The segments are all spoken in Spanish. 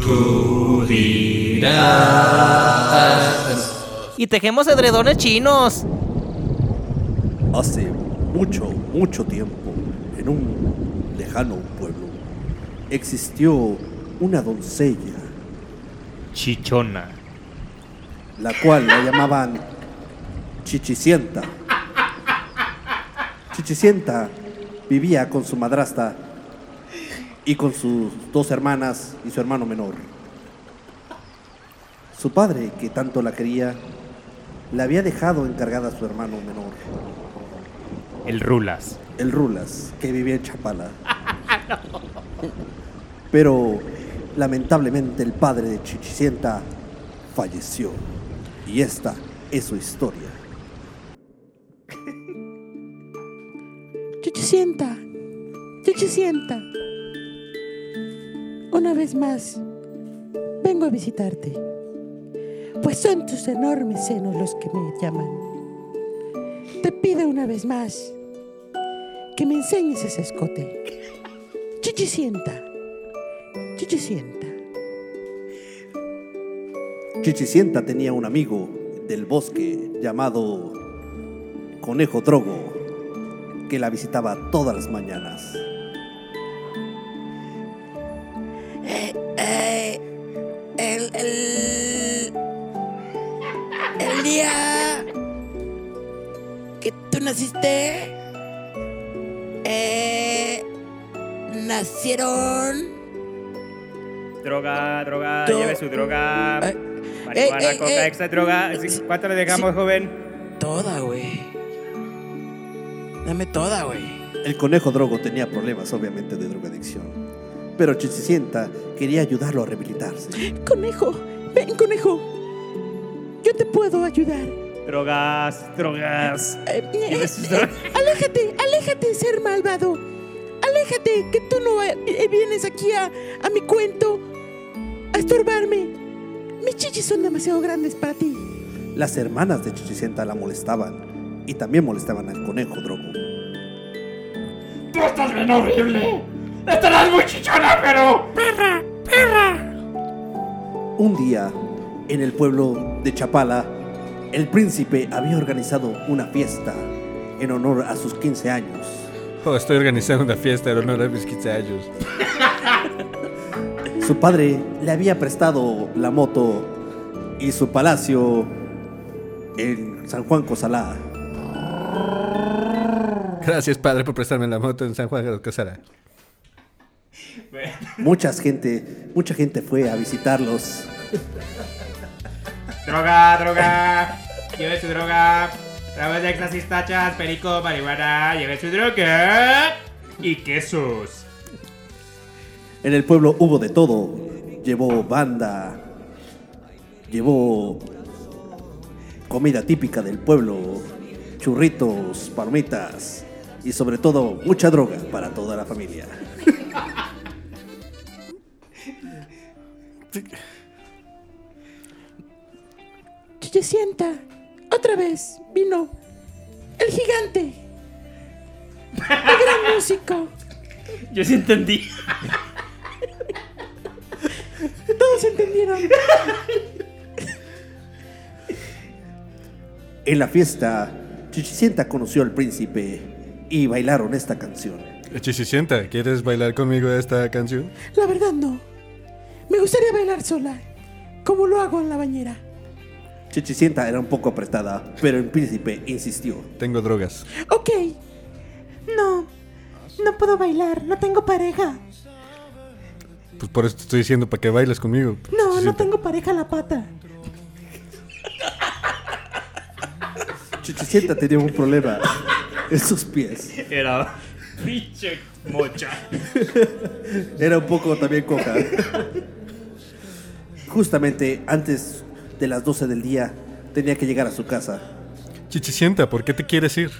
Tú dirás. Y tejemos edredones chinos. Hace mucho, mucho tiempo, en un lejano pueblo, existió una doncella, Chichona. la cual la llamaban Chichicienta. Chichicienta vivía con su madrasta y con sus dos hermanas y su hermano menor. Su padre, que tanto la quería, la había dejado encargada a su hermano menor. El Rulas. el Rulas, que vivía en Chapala. Pero lamentablemente el padre de Chichicienta falleció. Y esta es su historia. Chuchusienta, Chuchusienta. Una vez más, vengo a visitarte. Pues son tus enormes senos los que me llaman. Te pido una vez más que me enseñes ese escote. Chuchusienta, Chuchusienta. Chichicienta tenía un amigo del bosque llamado Conejo Drogo, que la visitaba todas las mañanas. Eh, el, el, el día que tú naciste, eh, nacieron. Droga, droga, Dro- lleve su droga. Eh, Marihuana, eh, eh, coca, eh. extra droga. Sí, ¿Cuánto le dejamos, joven? Toda, güey. Dame toda, güey. El conejo Drogo tenía problemas, obviamente, de drogadicción. Pero Chichicienta quería ayudarlo a rehabilitarse. Conejo, ven, conejo. Yo te puedo ayudar. Drogas, drogas. Eh, eh, Lleve sus eh, drogas. Aléjate, aléjate, ser malvado. Aléjate, que tú no eh, eh, vienes aquí a, a mi cuento a estorbarme. Mis chichis son demasiado grandes para ti. Las hermanas de Chichicienta la molestaban y también molestaban al conejo Drogo. Tú estás bien horrible. Estarás muy chichona, pero. Un día, en el pueblo de Chapala, el príncipe había organizado una fiesta en honor a sus 15 años. Oh, estoy organizando una fiesta en honor a mis 15 años. Su padre le había prestado la moto y su palacio en San Juan Cosalá. Gracias, padre, por prestarme la moto en San Juan de los Casara. Muchas gente, mucha gente fue a visitarlos. Droga, droga. Lleve su droga. Trabas de éxtasis, tachas, perico, marihuana. Lleve su droga. Y quesos. En el pueblo hubo de todo. Llevó banda, llevó comida típica del pueblo, churritos, palomitas y sobre todo mucha droga para toda la familia. Chichisienta, otra vez vino el gigante, el gran músico. Yo sí entendí. Todos entendieron. En la fiesta, Chichicienta conoció al príncipe y bailaron esta canción. Chichicienta, ¿quieres bailar conmigo esta canción? La verdad no. Me gustaría bailar sola, como lo hago en la bañera. Chichicienta era un poco apretada, pero el príncipe insistió. Tengo drogas. Ok. No. No puedo bailar. No tengo pareja. Pues por eso te estoy diciendo para que bailes conmigo. No, no Chichicienta. tengo pareja a la pata. Chichicienta tenía un problema en sus pies. Era. Pinche mocha. Era un poco también coja. Justamente antes de las 12 del día tenía que llegar a su casa. Chichicienta, ¿por qué te quieres ir?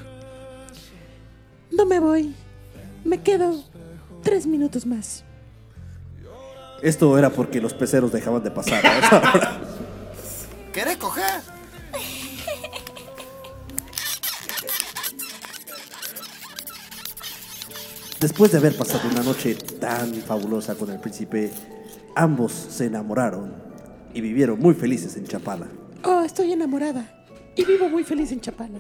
No me voy. Me quedo tres minutos más. Esto era porque los peceros dejaban de pasar. a esa hora. ¿Quieres coger? Después de haber pasado una noche tan fabulosa con el príncipe, Ambos se enamoraron y vivieron muy felices en Chapala. Oh, estoy enamorada y vivo muy feliz en Chapala.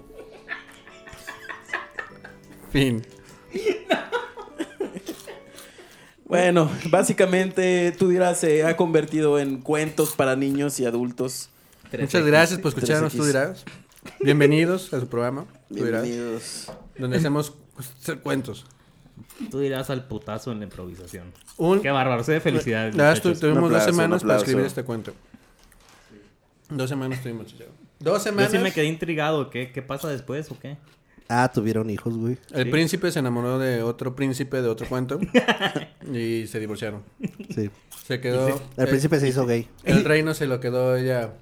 Fin. Bueno, básicamente tú dirás se ha convertido en cuentos para niños y adultos. Muchas gracias por escucharnos, 3X. tú dirás. Bienvenidos a su programa, tú dirás, Bienvenidos. donde hacemos cu- cuentos. Tú dirás al putazo en la improvisación. Un- Ah, Qué bárbaro, sé de felicidades. La verdad, tu- muchachos. tuvimos Un dos aplauso, semanas un para aplauso. escribir este cuento. Dos semanas tuvimos. chavo. Dos Yo semanas. sí me quedé intrigado. ¿Qué, qué pasa después o qué? Ah, tuvieron hijos, güey. El príncipe se enamoró de otro príncipe de otro cuento y se divorciaron. Sí. Se quedó. Al eh, príncipe se hizo gay. El reino se lo quedó ella.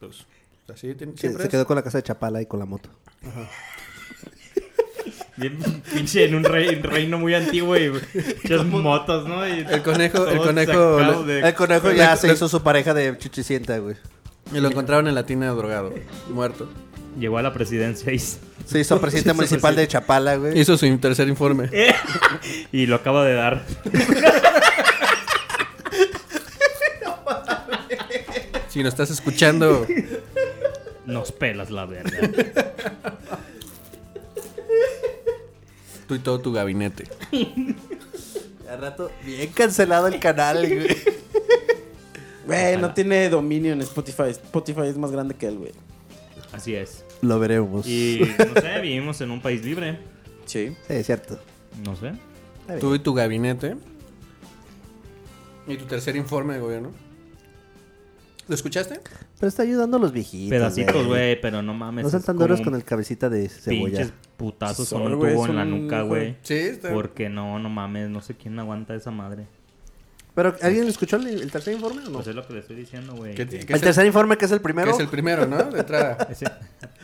Pues, así tiene- Sí, siempre. se quedó con la casa de Chapala y con la moto. Bien, pinche en un rei- reino muy antiguo y muchas motos, ¿no? Y El conejo- el todos conejo- sacados de- El conejo Le- ya le- se hizo su pareja de chuchicienta, güey. es. Y lo encontraron en la tina drogado, muerto. Llegó a la presidencia y, s- Se hizo presidente municipal de Chapala, güey. Hizo su tercer informe. Eh. y lo acaba de dar. Si nos estás escuchando, Nos pelas la verga. tú y todo tu gabinete. Al rato, bien cancelado el canal, güey. Güey, no tiene dominio en Spotify. Spotify es más grande que él, güey. Así es. Lo veremos. Y no sé, vivimos en un país libre. Sí. Sí, es cierto. No sé. Tú y tu gabinete. Y tu tercer informe de gobierno. ¿Lo escuchaste? Pero está ayudando a los viejitos. Pedacitos, güey, pero no mames. No sean es tan como duros un con el cabecita de cebolla. Pinches putazos Son, con un güey, tubo en la son- nuca, güey. Sí, está. Porque no, no mames, no sé quién aguanta esa madre. ¿Pero alguien escuchó el, el tercer informe o no? Pues es lo que le estoy diciendo, güey. ¿Qué que- ti- qué El es, el, tercer informe, que es el que primero. es el primero, ¿no? De entrada. Ese...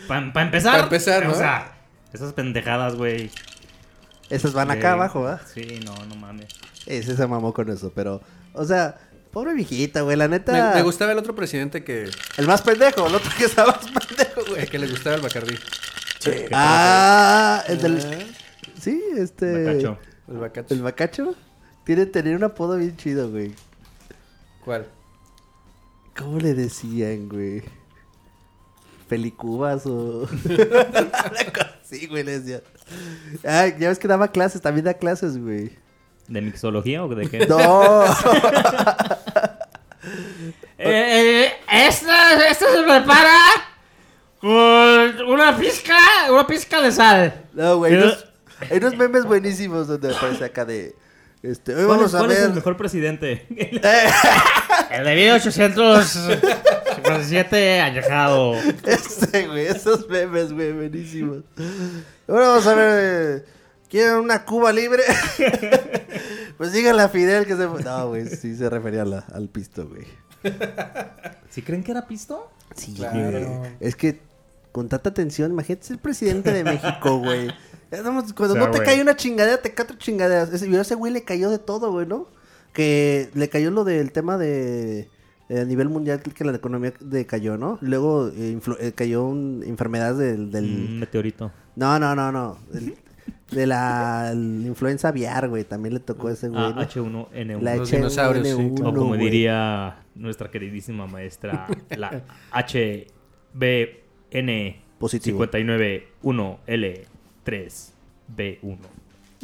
Para empezar. Pa' empezar, ¿no? O sea, esas pendejadas, güey. Esas van de- acá abajo, ¿ah? Sí, no, no mames. Ese se mamó con eso, pero. O sea, pobre viejita, güey. La neta. Me, me gustaba el otro presidente que, El más pendejo, el otro que estaba más pendejo, güey. eh, que le gustaba el Bacardí. Ah, el del. Sí, este. Bacacho. El Bacacho. El bacacho. Tiene tener un apodo bien chido, güey. ¿Cuál? ¿Cómo le decían, güey? Pelicubas o. Una cosa así, güey, le decían. Ay, ya ves que daba clases, también da clases, güey. ¿De mixología o de qué? No. Eh, esta, esta se prepara con una pizca, una pizca de sal. No, güey. hay unos- Hay unos memes buenísimos donde aparece acá de. Este, hoy ¿Cuál, vamos es, a cuál es el ver. Eh. mejor presidente? El de 1857 añejado. Este, güey. Esos memes, güey, buenísimos. Ahora vamos a ver. eh, ¿Quieren una Cuba libre? pues díganle a Fidel que se. fue. No, güey, sí se refería a la- al pisto, güey. ¿Si creen que era pisto? Sí, Claro. güey. Es que con tanta tensión, imagínate ser presidente de México, güey. Ya estamos- Cuando O sea, no te güey. cae una chingadera, te cae otra chingadera. Ese, a ese güey le cayó de todo, güey, ¿no? Que le cayó lo del tema de... eh, a nivel mundial que la economía decayó, ¿no? Luego eh, influ- eh, cayó un, enfermedades del... del- Un meteorito. No, no, no, no. Del- de la el influenza aviar, güey. También le tocó a ese güey. Ah, ¿no? H1N1. La Los H1N1, dinosaurios, sí, claro. O como güey. diría nuestra queridísima maestra, la HBN Positivo. 591L3B1.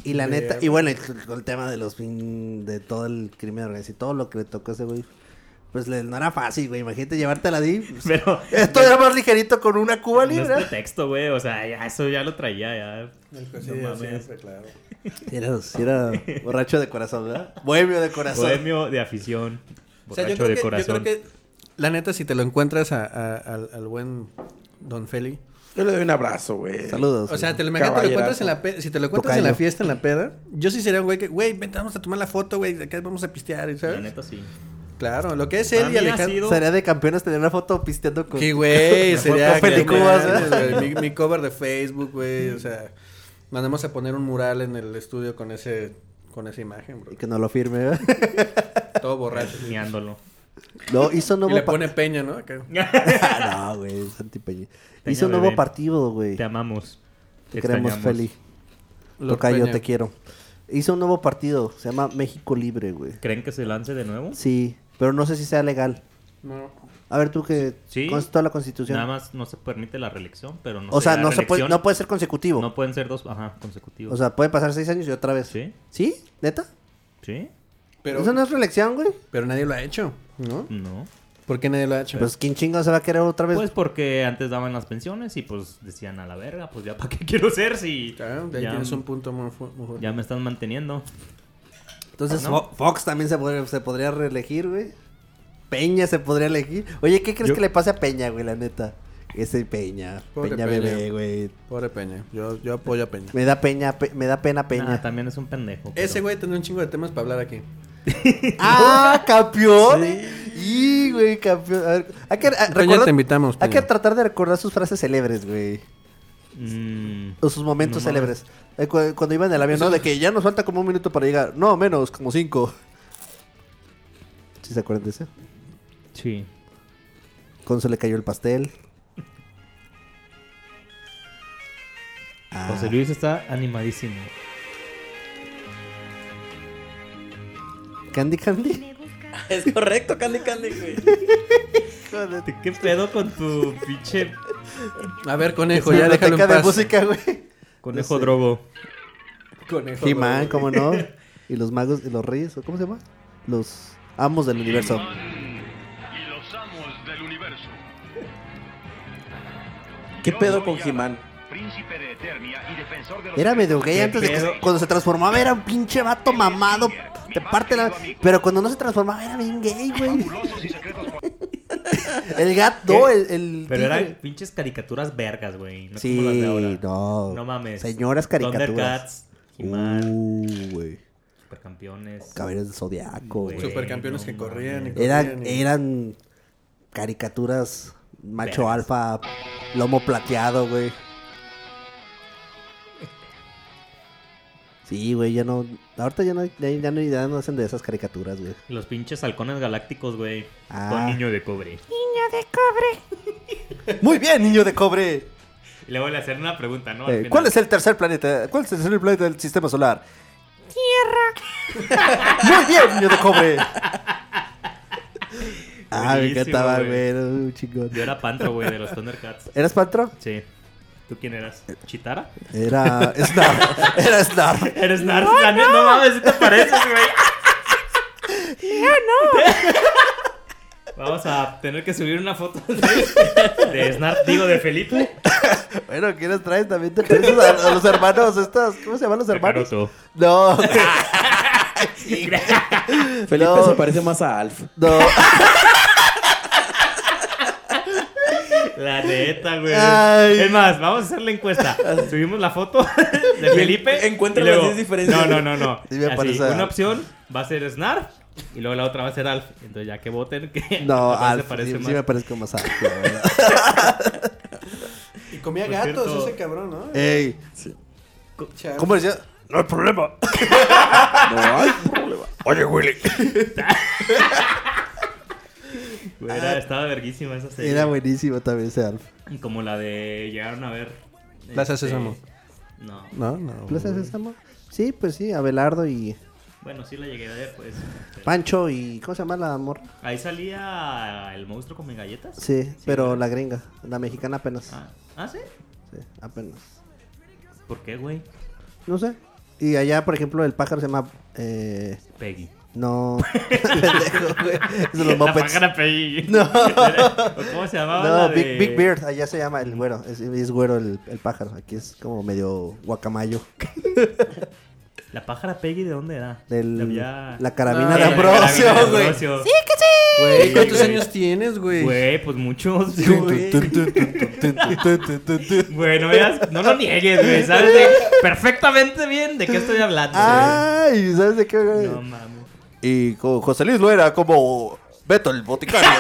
Y la neta, y bueno, y con con el tema de los fin- de todo el crimen organizado y todo lo que le tocó a ese güey, pues le- no era fácil, güey. Imagínate llevártela así. pues, Pero esto era más ligerito con una cuba no es libre. pretexto, güey. O sea, ya, eso ya lo traía, ya. No mames. claro. Sí era, sí era borracho de corazón, ¿verdad? Bohemio de corazón. Bohemio de afición. O sea, Borracho yo creo, de que, yo corazón. creo que, la neta, si te lo encuentras a- a- al, al buen Don Feli, Yo le doy un abrazo, güey. Saludos. o sea, güey. te lo, imagínate, te lo encuentras Caballerazo. en la pe- si te lo encuentras en Tocayo. la fiesta, en la peda, yo sí sería un güey que, güey, ven, vamos a tomar la foto, güey, de acá vamos a pistear, y La ¿sabes? neta, sí. Claro, lo que es Para él mí y ha Alejandro. sido- Sería de campeones tener una foto pisteando con. Que güey, sería con películas, genial, ¿verdad? güey. mi, mi cover de Facebook, güey, o sea, mandamos a poner un mural en el estudio con ese con esa imagen, bro. Y que no lo firme, ¿eh? ¿verdad? Todo borracho. Miándolo. No, hizo Y nuevo le pa- pone peña, ¿no? Acá. Ah, no, güey, Santi Peña. Hizo bebé. nuevo partido, güey. Te amamos. Te queremos, extrañamos. Feli. Lord Tocayo, Peña. te quiero. Hizo un nuevo partido, se llama México Libre, güey. ¿Creen que se lance de nuevo? Sí, Pero no sé si sea legal. No. A ver, tú que Sí. consta toda la constitución. Nada más no se permite la reelección, pero no O sea, da no se puede- reelección. no puede ser consecutivo. No pueden ser dos, ajá, consecutivos. O sea, puede pasar seis años y otra vez. ¿Sí? ¿Sí? ¿Neta? ¿Sí? Pero- ¿Eso no es reelección, güey? Pero nadie lo ha hecho, ¿no? No. ¿Por qué nadie lo ha hecho? Pues, ¿quién chingados se va a querer otra vez? Pues porque antes daban las pensiones y pues decían a la verga, pues ya para qué quiero ser si Claro, de ahí ya, tienes un punto muy fu- muy fuerte. ya me están manteniendo. Entonces, ¿No? Fo- Fox también se, podría- se podría reelegir, güey. Peña se podría elegir. Oye, ¿qué crees Yo- que le pase a Peña, güey, la neta? Ese Peña. Pobre Peña, bebé, güey. Pobre Peña. Yo, yo apoyo a Peña. Me da peña, pe- me da pena Peña. Nah, Ah, también es un pendejo. Ese güey tendrá un chingo de temas para hablar aquí. ¡Ah, campeón! ¡Y, güey, campeón! A ver, hay que, a- Peña, recordar- te invitamos, Hay que Peña. tratar de recordar sus frases célebres, güey. mm, O sus momentos no mames. célebres. Eh, cu- cuando iban en el avión, ¿no? De que ya nos falta como un minuto para llegar. No, menos, como cinco. ¿Sí se acuerdan de eso? Sí. Conso le cayó el pastel. Ah. José Luis está animadísimo. ¿Candy Candy? Es correcto, Candy Candy, güey. ¿Qué pedo con tu pinche... A ver, conejo, Pues ya déjalo en Biblioteca de paz. música, güey. Conejo No sé. drogo. Conejo. He-Man, güey. ¿cómo no? Y los magos, y los reyes, ¿o ¿cómo se llama? Los amos del universo. ¿Qué pedo con Jimán? Era medio gay ¿Qué antes de que pedo? se- cuando se transformaba era un pinche vato mamado. Te parte la. Pero cuando no se transformaba era bien gay, güey. El gato, no, el, el Pero tigre. eran pinches caricaturas vergas, güey. No Sí, como las de ahora. no. No mames. Señoras caricaturas. Thundercats, Uh, güey. Supercampeones. Caballeros del Zodiaco, güey. Supercampeones que corrían y Eran, corrían y- eran caricaturas macho Vergas. alfa, lomo plateado, güey. Sí, güey, ya no. Ahorita ya no, ya, ya no, ya no hacen de esas caricaturas, güey. Los pinches halcones galácticos, güey. Ah. Con niño de cobre. Niño de cobre. Muy bien, niño de cobre. Y le voy a hacer una pregunta, ¿no? Al Eh, final. ¿Cuál es el tercer planeta? ¿Cuál es el tercer planeta del sistema solar? Tierra. Muy bien, niño de cobre. Ah, me Buenísimo, encantaba, güey. güey. Eh. era un chingón. Yo era Pantro, güey, de los Thundercats. ¿Eras Pantro? Sí. ¿Tú quién eras? Eh. ¿Chitara? Era Snar. Era Snar. Eres Nars, Daniel, no mames, ¿sí te pareces, güey. Yo no. Vamos a tener que subir una foto de Snart, digo, de Felipe. Bueno, ¿quiénes traes también? ¿Te pareces a, a los hermanos estos? ¿Cómo se llaman los hermanos? Cacaroto. No. Felipe No. se parece más a Alf. No. La neta, güey. Ay. Es más, vamos a hacer la encuesta. Subimos la foto de Y Felipe. encuentra y las luego- 10 diferencias. No, no, no, no. Sí me Así, parece a una Alf. opción va a ser Snarf y luego la otra va a ser Alf. Entonces ya que voten, que No, a cuál se Alf. Sí, sí me parezco más a Alf, la verdad. Y comía Por gatos cierto- ese cabrón, ¿no? Ey. Chale. ¿Cómo decía? No hay problema. No hay problema. Oye, Willy. Güey, era- estaba verguísima esa serie. Ah. Era buenísimo también ese Alf. Y Como la de llegaron a ver. Plaza este, Sésamo. No. No, no. Pues ¿Plaza Sésamo? Sí, pues sí, Abelardo y Bueno, sí la llegué a ver, pues. Pancho y... ¿Cómo se llama la morra? Ahí salía el monstruo con mis galletas. Sí, pero la gringa, la mexicana apenas. Ah, sí. Sí, apenas. ¿Por qué, güey? No sé. Y allá, por ejemplo, el pájaro se llama... Eh... Peggy. No. Pendejo, güey. Es de los La Muppets. pájara Peggy. No. ¿Cómo se llamaba No, la Big, de- Big Beard. Allá se llama el güero. Es, es güero el, el pájaro. Aquí es como medio guacamayo. ¿La pájara Peggy de dónde era? Del- Había- la carabina Ah, de la carabina Ambrosio, de güey. Ambrosio. Sí que sí. Güey, ¿cuántos años tienes, güey? Güey, pues muchos. güey. Güey, no, veas- no lo niegues, güey. Sabes de- perfectamente bien de qué estoy hablando. Ay, ¿sabes de qué? Ah, güey? güey. No mames. Y con José Luis lo era como Beto el boticario.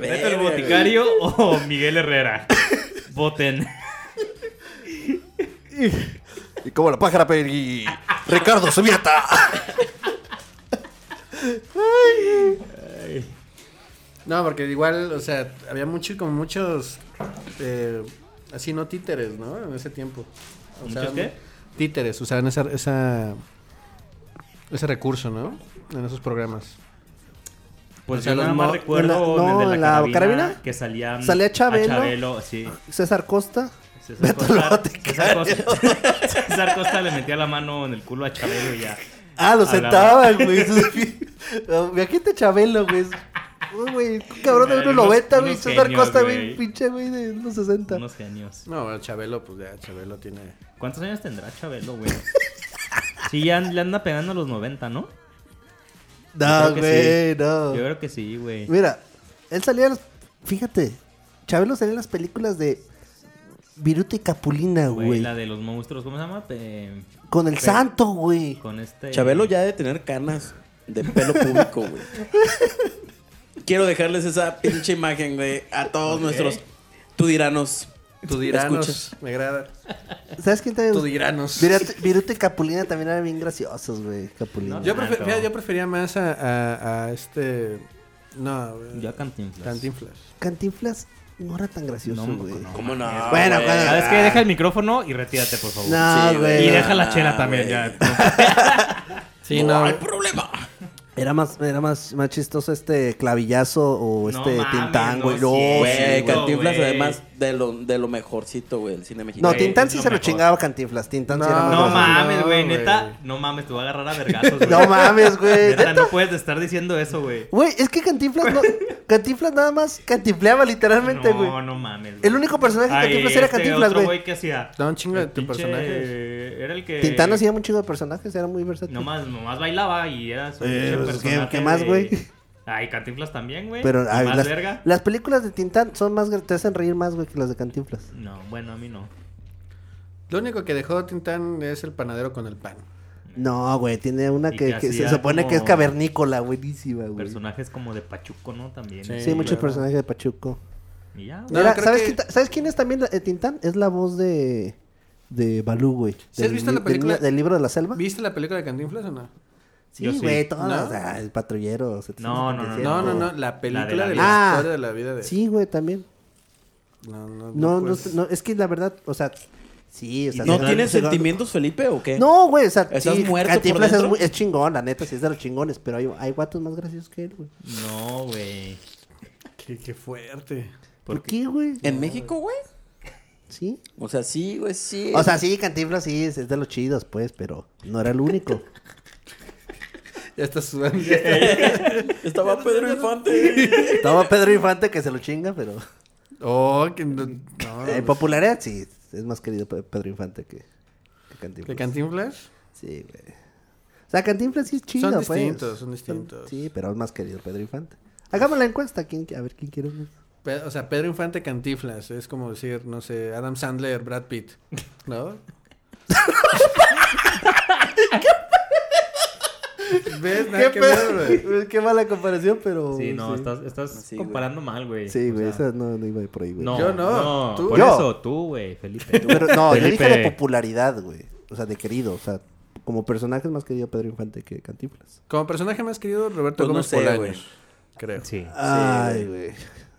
¿Beto el boticario o Miguel Herrera? Voten. y como la pájara Peggy. Ricardo Subieta. No, porque igual, o sea, había mucho, como muchos, eh, así no títeres, ¿no? En ese tiempo. O ¿Muchos qué? Títeres, o sea, en esa, esa, ese recurso, ¿no? En esos programas. Pues yo O sea, nada los más mo- recuerdo en la- en el de no, la, en la carabina, carabina, que salían salía a Chabelo, Chabelo, sí. César Costa. César Beto Costa, Lote, César Cario. Costa- César Costa le metía la mano en el culo a Chabelo y ya. Ah, lo A la- sentaban, güey. Mira, aquí te Chabelo, güey. Uy, güey, un cabrón de Unos- 1.90, güey. unos César genios, Costa, güey. güey, pinche, güey, de 1.60. Unos genios. No, bueno, Chabelo, pues ya, Chabelo tiene. ¿Cuántos años tendrá Chabelo, güey? Sí, ya le anda pegando a los 90, ¿no? Yo No, creo que Ah, güey, sí. no. Yo creo que sí, güey. Mira, él salía. en las- Fíjate, Chabelo salía en las películas de Viruta y Capulina, Güey, güey. la de los monstruos, ¿cómo se llama? Pe- Con el pe- santo, güey. Con este... Chabelo ya de tener canas de pelo público, güey. Quiero dejarles esa pinche imagen, güey, a todos Ok. nuestros tudiranos. Escuchas. Me agrada. ¿Sabes quién te Tudiranos. Viruta, Viruta y Capulina también eran bien graciosos, güey. Capulina. Ah, Yo, prefe- fíjate, yo prefería más a, a- a este. No, güey. Yo a Cantinflas. Cantinflas. Cantinflas no era tan gracioso, No, güey. ¿Cómo no, Bueno, güey? bueno. ¿Sabes qué? Ah, Deja el micrófono y retírate, por favor. No, Sí, güey. Y deja la no, chela también, güey. ya. Sí, no. Era más, era más, más chistoso este clavillazo No o este mames, Tintán, güey. No, Güey, sí, güey. Cantinflas, además, de lo, de lo mejorcito, güey, el cine mexicano. No, Tintán sí se lo chingaba Cantinflas. Tintán sí era más No gracioso. mames, güey, No, neta. No mames, te voy a agarrar a vergazos, güey. No mames, güey. Neta, no puedes estar diciendo eso, güey. Güey, es que Cantinflas no. Cantinflas nada más cantifleaba literalmente, güey. No, no mames. El único personaje que Ay, Cantinflas era este Cantinflas, otro güey. güey que hacía. No, un chingo de Pinche- personajes. Era el que. Tintán hacía un chingo de personajes, era muy versátil. Nomás, nomás bailaba y era su Eh, pinche pues, ¿qué- personaje qué más, de- güey? Ay, Cantinflas también, güey. Pero Y ay, más las, verga. las películas de Tintán son más gra- te hacen reír más, güey, que las de Cantinflas. No, bueno, a mí no. Lo único que dejó Tintán es el panadero con el pan. No, güey, tiene una Y Ah, que, que que se hacía supone que es como- cavernícola, buenísima, güey. Personajes como de Pachuco, ¿no? También. Sí, muchos personajes de Pachuco. Y ya, Mira, No, creo ¿sabes, que- quién, ta- ¿Sabes quién es también la- eh, Tintán? Es la voz de, de Balú, güey. ¿Sí has Del visto la li- del película- li- Del, libro de la selva. ¿Viste la película de Cantinflas o no? Sí, güey, todas. ¿No? o sea, el patrullero. 777. No, no, no, La película de la, Ah, historia de la vida de. Sí, güey, también. No, no, pues, No, no, puedes- no, es que la verdad, o sea, sí, o sea, ¿No sí, tienes sí, sentimientos, Felipe, o qué? No, güey, o sea, ¿Estás sí, muerto por Cantinflas es, dentro? muy- es chingón, la neta, sí es de los chingones, pero hay, hay guatos más graciosos que él, güey. No, güey. Qué, qué fuerte. ¿Por, qué, güey? ¿En México, güey? Sí. O sea, sí, güey, sí. O sea, sí, Cantinflas sí es, es de los chidos, pues, pero no era el único. Ya está sudando. Estaba Pedro Infante. Estaba Pedro Infante que se lo chinga, pero... Oh, que no. pues, no. En Eh, popularidad, sí, es más querido Pe- Pedro Infante que, que Cantinflas. ¿De Cantinflas? Sí, güey. O sea, Cantinflas sí es chido, Son pues. distintos, son distintos. Sí, pero es más querido Pedro Infante. Hagamos la encuesta, ¿quién, a ver quién quiere más? Pe- O sea, Pedro Infante Cantinflas. Es como decir, no sé, Adam Sandler, Brad Pitt. ¿No? ¿Ves? Nada que ver, güey. Qué, mala comparación, pero. Sí, no, estás, estás Sí, güey. comparando mal, güey. Oh, Sí, güey, O sea, esa no, no iba por ahí, güey. No, Yo no. no, tú. Por Yo. eso, tú, güey, Felipe. tú. Pero, no, yo dije de Felipe. popularidad, güey. O sea, de querido. O sea, como personaje es más querido Pedro Infante que Cantinflas. Como personaje más querido, Roberto Pues no Gómez sé, Bolaños. güey. Creo. Sí. Ay, güey.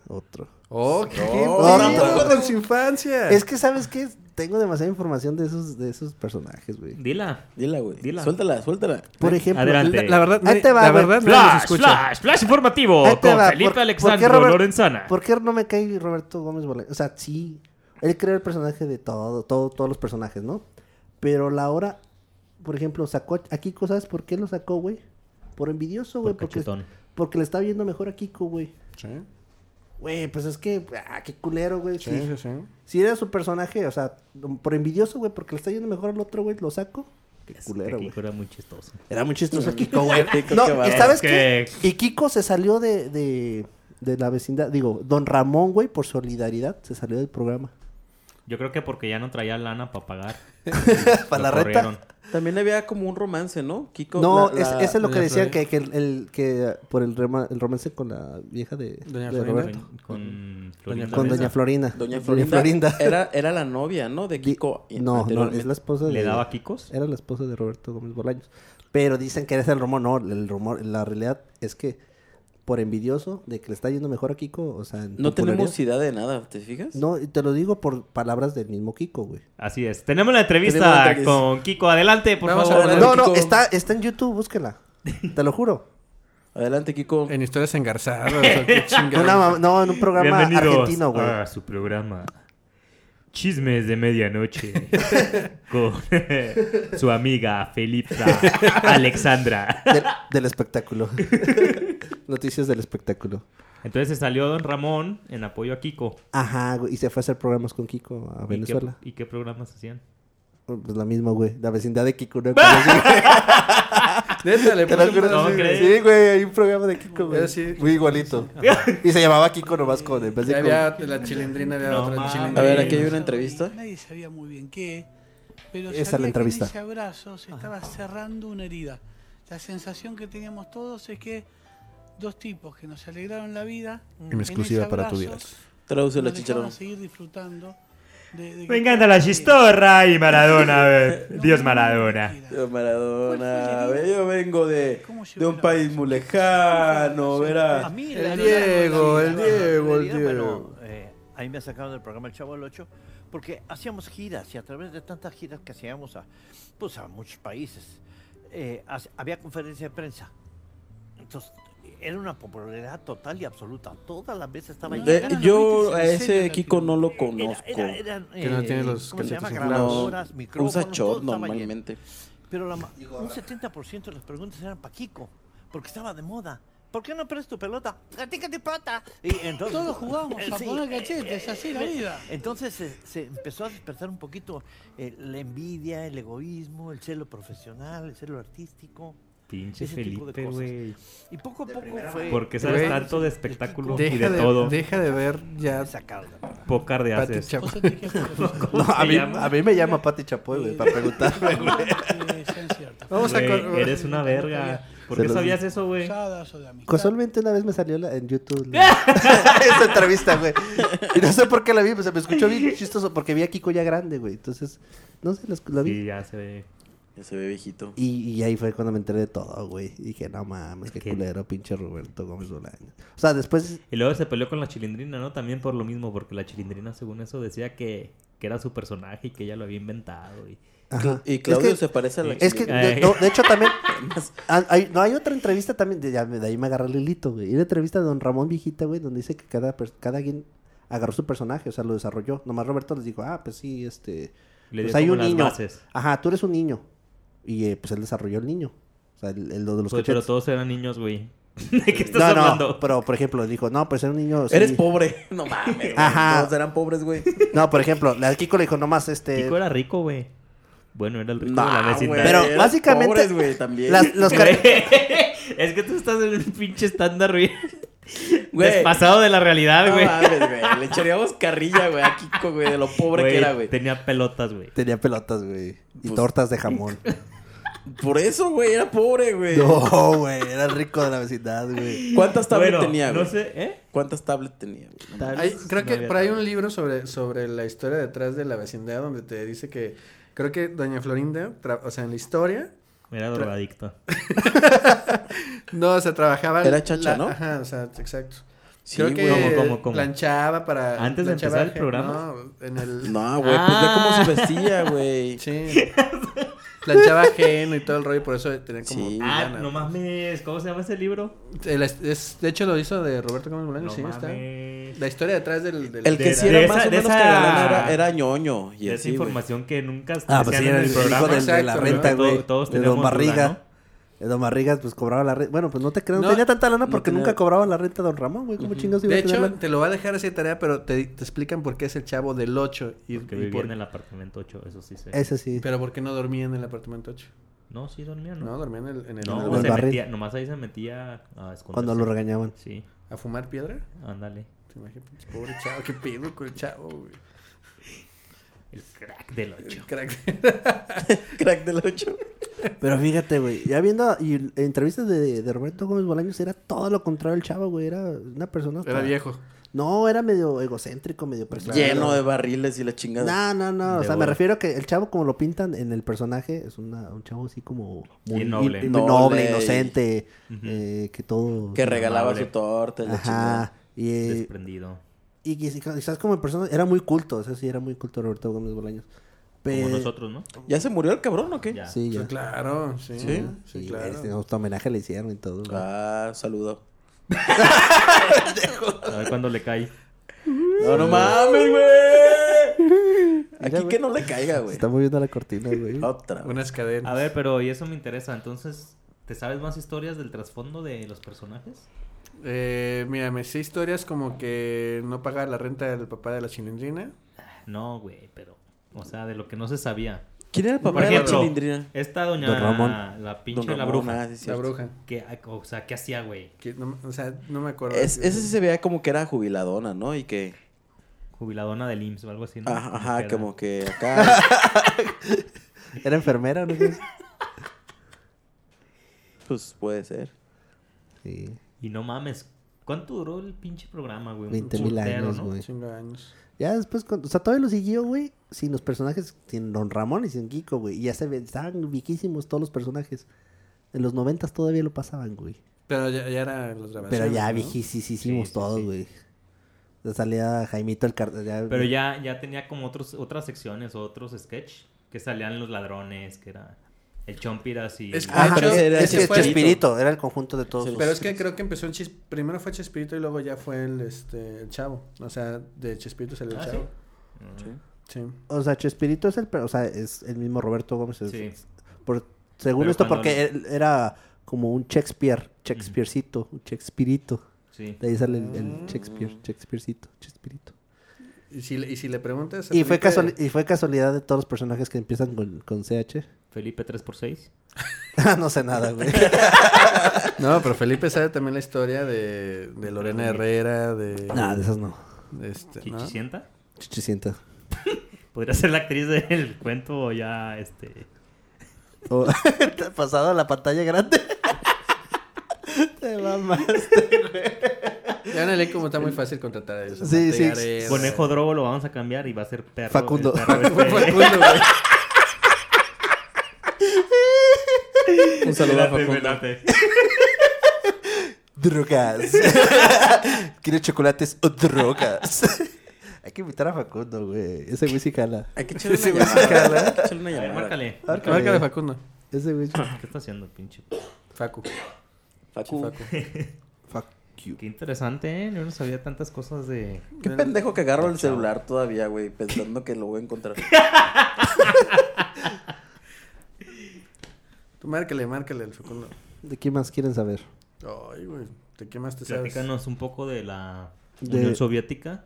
Otro. Oh, qué No, bonito tampoco. con su infancia. Es que, ¿sabes qué? Tengo demasiada información de esos, de esos personajes, güey. Dila. Dila, güey. Dila. Suéltala, suéltala. Por ejemplo, Adelante. La, la verdad, Ahí nadie- te va, la güey. verdad, nadie los Flash, escucha. flash, flash informativo Ahí te con va, Felipe ¿por- Alexandro por qué Robert- Lorenzana. ¿Por qué no me cae Roberto Gómez Bolaños? O sea, sí, él creó el personaje de todo, todo- todos los personajes, ¿no? Pero la hora, por ejemplo, sacó a Kiko, ¿sabes por qué lo sacó, güey? Por envidioso, güey, Por porque, cachetón. porque le estaba yendo mejor a Kiko, güey. Sí, Güey, pues es que, ah, qué culero, güey. sí, Si, sí, sí. si era su personaje, o sea, por envidioso, güey, porque le está yendo mejor al otro, güey, lo saco. Qué culero, güey. Kiko era muy chistoso. Era muy chistoso Kiko, güey. Kiko, qué No, ¿y bárbaro. ¿sabes Es qué? Y Kiko se salió de, de, de la vecindad. Digo, Don Ramón, güey, por solidaridad, se salió del programa. Yo creo que porque ya no traía lana para pagar. Para la Lo corrieron. renta. También había como un romance, ¿no? Kiko. No, la- la- es- eso es lo que la decía, Florinda. que, que, el, el- que por el, rema- el romance con la vieja de, Doña de Florinda. Roberto. Con Florinda Doña Con Mesa. Doña Florinda. Doña Florinda. Florinda. Era, era la novia, ¿no? De Kiko. No, no, anteriormente. es la esposa de... ¿Le daba Kikos? Eh. Era la esposa de Roberto Gómez Bolaños. Pero dicen que era el rumor. No, el rumor, la realidad es que por envidioso de que le está yendo mejor a Kiko. O sea, en No tenemos popularidad. idea de nada, ¿te fijas? No, y te lo digo por palabras del mismo Kiko, güey. Así es. Tenemos la entrevista Tenemos la entrevista. con Kiko. Adelante, por Vamos favor. a ver, No, no, está, está en YouTube, búsquela. Te lo juro. Adelante, Kiko. En historias engarzadas. Una mam- no, en un programa Bienvenidos argentino, güey. a su programa Chismes de Medianoche con su amiga Felipa Alexandra. Del, del espectáculo. Noticias del espectáculo. Entonces se salió Don Ramón en apoyo a Kiko. Ajá, güey. Y se fue a hacer programas con Kiko a ¿Y Venezuela. qué- ¿Y qué programas hacían? Pues la misma, güey. La vecindad de Kiko. ¿no? Neta, le ¿Te lo puse un acuerdas? pedazo Sí, de- Sí, güey. Hay un programa de Kiko, güey. Era así. Muy igualito. Y se llamaba Kiko nomás con... En vez de Ya con- había la chilindrina, había otra chilindrina. A ver, aquí hay una entrevista. Nadie sabía muy bien qué, pero Esa es la sabía que entrevista. en ese abrazo se estaba cerrando una herida. La sensación que teníamos todos es que dos tipos que nos alegraron la vida En exclusiva para tu días. Traduce la nos chicharrón. dejaron seguir disfrutando de, de Me encanta la chistorra y Maradona. eh. Dios Maradona. Yo, Maradona, ve, yo vengo de, de un país muy lejano, verás. la- Ah, El Diego, el Diego, el realidad, Diego. bueno, eh, a mí me sacaron del programa El Chavo del 8 porque hacíamos giras y a través de tantas giras que hacíamos a, pues, a muchos países, eh, hace- había conferencia de prensa. Entonces, era una popularidad total y absoluta. Todas las veces estaba De- llena. yo a ese Kiko no lo conozco. Era- eran, eh, Que no tiene los ¿cómo se llama? cachetes Grabadoras, inflados. micrófonos, Usa short todo estaba normalmente. lleno. Pero la ma- un 70% de las preguntas eran para Kiko, porque estaba de moda. ¿Por qué no prendes tu pelota? ¡Gatica de pata! Y entonces, Todos jugamos a poner cachetes, así la vida. Entonces se, se empezó a despertar un poquito eh, la envidia, el egoísmo, el celo profesional, el celo artístico. Pinche ese tipo de Felipe, cosas. güey. Y poco a poco fue... ¿Por qué sabes Güey, tanto de espectáculo deja y de, todo? Deja de ver ya. Pócar de Pati haces. Chapoy. No, a, se mí, llama? a mí me llama Pati Chapoy, güey, para preguntarme, güey. Vamos a Güey, cor- Eres una verga. ¿Por Se qué los sabías digo. eso, güey? Casualmente una vez me salió la- en YouTube la- esa entrevista, güey. Y no sé por qué la vi, pero se me escuchó bien chistoso porque vi a Kiko ya grande, güey. Entonces, no sé, la, la vi. Sí, ya se ve. Ya se ve viejito. Y, y ahí fue cuando me enteré de todo, güey. Y dije, no mames, qué culero, pinche Roberto Gómez Bolaño. O sea, después... Y luego se peleó con la chilindrina, ¿no? También por lo mismo, porque la chilindrina, según eso, decía que, que era su personaje y que ella lo había inventado. Y, Eh, Ajá. Y Es Claudio que- se parece a la Es que, chilindrina. de, no, de hecho, también... ah, hay, no, hay otra entrevista también, de, ya me- de ahí me agarré el hilito, güey. Hay una entrevista de Don Ramón Viejita, güey, donde dice que cada, per- cada quien agarró su personaje, o sea, lo desarrolló. Nomás Roberto les dijo, ah, pues sí, este... Le pues dio como las bases. Ajá, tú eres un niño. Y eh, pues él desarrolló el niño. O sea, el, el- lo de los Pues, pero cachetes. todos eran niños, güey. ¿De qué estás no, hablando? no, pero por ejemplo, dijo, no, pues era un niño... Eres sí". pobre. No mames. güey. Ajá. Todos eran pobres, güey. No, por ejemplo, la Kiko le dijo nomás este. Kiko era rico, güey. Bueno, era el rico No, de la vecindad. güey, Pero eran básicamente- pobres, güey, también. las- los car- es que tú estás en un pinche estándar, güey. Güey. Despasado de la realidad, No güey. mames, güey. Le echaríamos carrilla, güey, a Kiko, güey, de lo pobre Güey, que era, güey. Tenía pelotas, güey. Tenía pelotas, güey. Y tortas de jamón. Por eso, güey, era pobre, güey. No, güey. Era el rico de la Ah, vecindad, güey. ¿Cuántas tablets Bueno, tenía, güey? no sé, ¿eh? ¿Cuántas tablets tenía, güey? No mames. Hay- creo No que había por ahí hay un libro sobre, sobre la historia detrás de la vecindad donde te dice que creo que Doña Florinda, tra- o sea, en la historia, Era Tra- drogadicto. no, o sea, trabajaba. Era chacha, la- ¿no? Ajá, o sea, exacto. Sí, creo que güey. ¿Cómo, cómo, cómo? planchaba para. ¿Antes de planchaba empezar el gen- programa? No, en el. No, güey, pues ve cómo se vestía, güey. Sí. Planchaba ajeno y todo el rollo, por eso tenía como. Sí. Ah, lana. no mames. ¿Cómo se llama ese libro? El- es- de hecho, lo hizo de Roberto Gómez Bolaño, No sí, está. mames. La historia detrás del. del- El que de- sí era de más esa- o de menos esa- cagadón era, era ñoño. Y de esa así, güey. información que nunca Ah, pues sí, decían era el en el programa. hijo del- de la Exacto, renta, güey. güey. Todos de teníamos Don duda, Barriga. ¿no? De Don Barrigas, pues cobraba la renta. Bueno, pues no te creo. No, No, tenía tanta lana no porque tenía- nunca cobraba la renta Don Ramón, güey. ¿Cómo chingados iba De a tener hecho, lana? te lo va a dejar así de tarea, pero te, te explican por qué es el chavo del 8. Y, Que y vivía por- en el apartamento 8, eso sí sé. Eso sí. Pero por qué no dormía en el apartamento 8. No, sí dormía, ¿no? No, dormía en el. En el, Mm. No, en el se barril. metía, nomás ahí se metía a esconderse. Cuando lo regañaban. Sí, ¿A fumar piedra? ándale. Te imaginas, pinche pobre chavo, qué pedo con el chavo, güey. El crack del 8. Crack. Crack del 8. Pero fíjate, güey, ya viendo y entrevistas de, de Roberto Gómez Bolaños, era todo lo contrario el chavo, güey. Era una persona. Ah. Era viejo. No, era medio egocéntrico, medio personal. Lleno de barriles y la chingada. No, no, no. o De sea, me oro. refiero a que el chavo, como lo pintan en el personaje, es una- un chavo así como. Y noble. in- in- Noble noble, y- inocente. eh, que todo. Que regalaba Amable. su torta y la chingada. Y, eh, Desprendido. Y quiz- quizás como persona. Era muy culto, eso sí, era muy culto Roberto Gómez Bolaños. Pe- Como nosotros, ¿no? ¿Ya se murió el cabrón o qué? Sí, ya. Claro, sí. Sí, Sí, claro. este, hasta homenaje le hicieron y todo. güey. Ah, saludo. A ver cuándo le cae. No, no mames, güey. Mira, Aquí güey. que no le caiga, güey. Se está moviendo la cortina, güey. Unas cadenas. A ver, pero y eso me interesa. Entonces, ¿te sabes más historias del trasfondo de los personajes? Eh, mira, me sé historias como que no pagaba la renta del papá de la chilindrina. No, güey, pero. O sea, de lo que no se sabía. ¿Quién era el papá Por de la ejemplo, Chilindrina? Esta doña. Don Ramón. La pinche Don la Ramón, bruja. ah, sí, es cierto. La bruja. ¿Qué- o sea, ¿qué hacía, güey? Que no- o sea, no me acuerdo. Es, ese sí se veía como que era jubiladona, ¿no? Y que. Jubiladona del IMSS o algo así, ¿no? Ajá, Como que ajá era- como que acá. ¿Era enfermera o no? pues puede ser. Sí. Y no mames. ¿Cuánto duró el pinche programa, güey? Un 20,000 putero, años, ¿no? güey. Chingo de años. Ya después, con- o sea, todavía lo siguió, güey, sin los personajes, sin Don Ramón y sin Kiko, güey. Y ya se ve- estaban viquísimos todos los personajes. En los noventas todavía lo pasaban, güey. Pero ya, ya eran los grabaciones. Pero ya ¿no? viquísimos todos, güey. Ya Salía Jaimito el cartel. Pero ya, ya tenía como otros, otras secciones, otros sketch que salían los ladrones, que era el Chompiras y... Es, Ajá, de hecho, era- es es que ah, que fue- Chespirito, era el conjunto de todos Sí, los- Pero es que creo que empezó en Chis... Primero fue Chespirito y luego ya fue el, este, el chavo. O sea, de Chespirito salió el Ah, chavo. Sí. Sí. O sea, Chespirito es el, per- o sea, es el mismo Roberto Gómez. es- Sí. por- según Pero esto, cuando porque le- él era como un Shakespeare, Shakespearecito, un Shakespearito. Sí. De ahí sale el, el Shakespeare, Shakespearecito, Shakespearito. Y si, le- y si le preguntas. a Y fue, Felipe- casual- y fue casualidad de todos los personajes que empiezan con, con CH. Felipe 3x6. Ah, no sé nada, güey. No, pero Felipe sabe también la historia de, de Lorena Herrera, de... Nah, Ah, de esas no. de Este, ¿no? ¿Chichicienta? Chichicienta. Podría ser la actriz del cuento ya, este... O- te has pasado a la pantalla grande. te mamaste, güey. Ya en el E como está muy fácil contratar a ellos. a Sí, sí. Mateares. Conejo Drogo lo vamos a cambiar y va a ser perro. Facundo. el perro este- Facundo, güey. Un saludo a Espérate, Facundo. espérate. Drogas. Quiero chocolates o drogas. Hay que invitar a Facundo, güey. Ese güey sí jala. Hay que echarle Ese una güey sí llamada, jala. hay que echarle una A ver, llamada. márcale. Márcale. Márcale, Facundo. Ese güey. ¿Qué está haciendo, pinche? Facu. Facu. Fuck you. Qué interesante, ¿eh? Yo no sabía tantas cosas de... Qué pendejo que agarro el celular todavía, güey, pensando que lo voy a encontrar. Tú márcale, márcale al Facundo. ¿De qué más quieren saber? Ay, güey. ¿De qué más te sabes? Platícanos un poco de la De- Unión Soviética.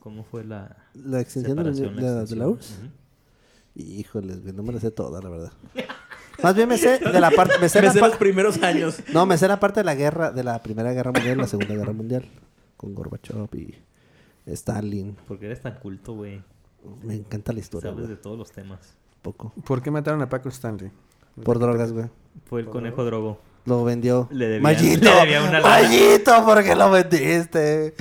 ¿Cómo fue la... La extensión de la, separación, de la- de la extensión? URSS. Híjoles, güey, no me la sé toda, la verdad. Más bien me sé de la parte. Me sé, Me la sé par- los primeros años. No, me sé la parte de la guerra, de la Primera Guerra Mundial, la Segunda Guerra Mundial. Con Gorbachev y Stalin. Porque eres tan culto, güey. Me encanta la historia, Sabes güey. de todos los temas. Poco. ¿Por qué mataron a Paco Stanley? Por drogas, güey. Fue el conejo drogo. Lo vendió. Le debía- Mallito. le debía una lana. Mallito, ¿por qué lo vendiste?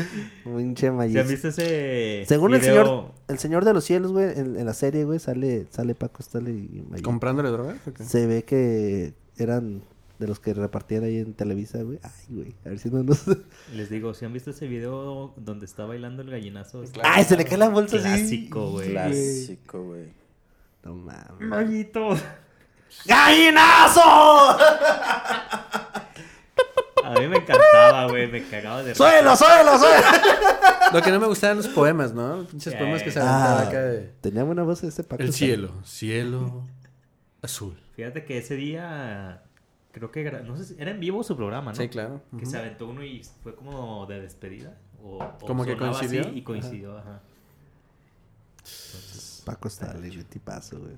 Pinche mallito. ¿Ya viste ese Según el video? señor, el señor de los cielos, güey, en, en la serie, güey, sale, sale Paco Stanley y Mallito. ¿Comprándole drogas o qué? Se ve que eran de los que repartían ahí en Televisa, güey. Ay, güey, a ver si no nos... Les digo, si han visto ese video donde está bailando el gallinazo. Está- Ay, se le cae la bolsa así. Clásico, güey. Clásico, güey. No mames. Mallito. ¡Gallinazo! A mí me encantaba, güey. Me cagaba de risa. ¡Suelo, suelo, suelo! Lo que no me gustaban los poemas, ¿no? Los pinches poemas que se aventaba Ah, acá de... tenía buena voz ese Paco El Stanley. cielo, cielo azul. Fíjate que ese día... Creo que... gra- No sé si... Era en vivo su programa, ¿no? Sí, claro. Que Ujú. se aventó uno y fue como de despedida. O, o Como que sonaba así coincidió. Y coincidió, ajá. Paco Stanley, güey, tipazo, güey.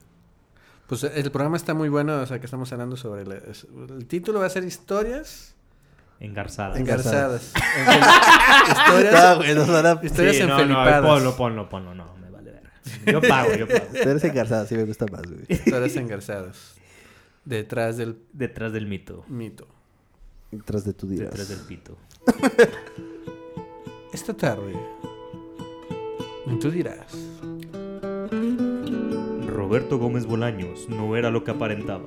Pues el programa está muy bueno, o sea, que estamos hablando sobre... la- es- el título va a ser Historias... Engarzada. Engarzadas. Engarzadas. historias No, güey, no son a- historias Sí, no, no, enfelipadas. ponlo, ponlo, ponlo, no, me vale verga. Yo pago, yo pago. Tú eres engarzado, sí me gusta más, güey. Historias engarzadas. Detrás del... Detrás del mito. Mito. Detrás de tu dirás. Detrás del pito. Esta tarde... Tú dirás. Roberto Gómez Bolaños no era lo que aparentaba.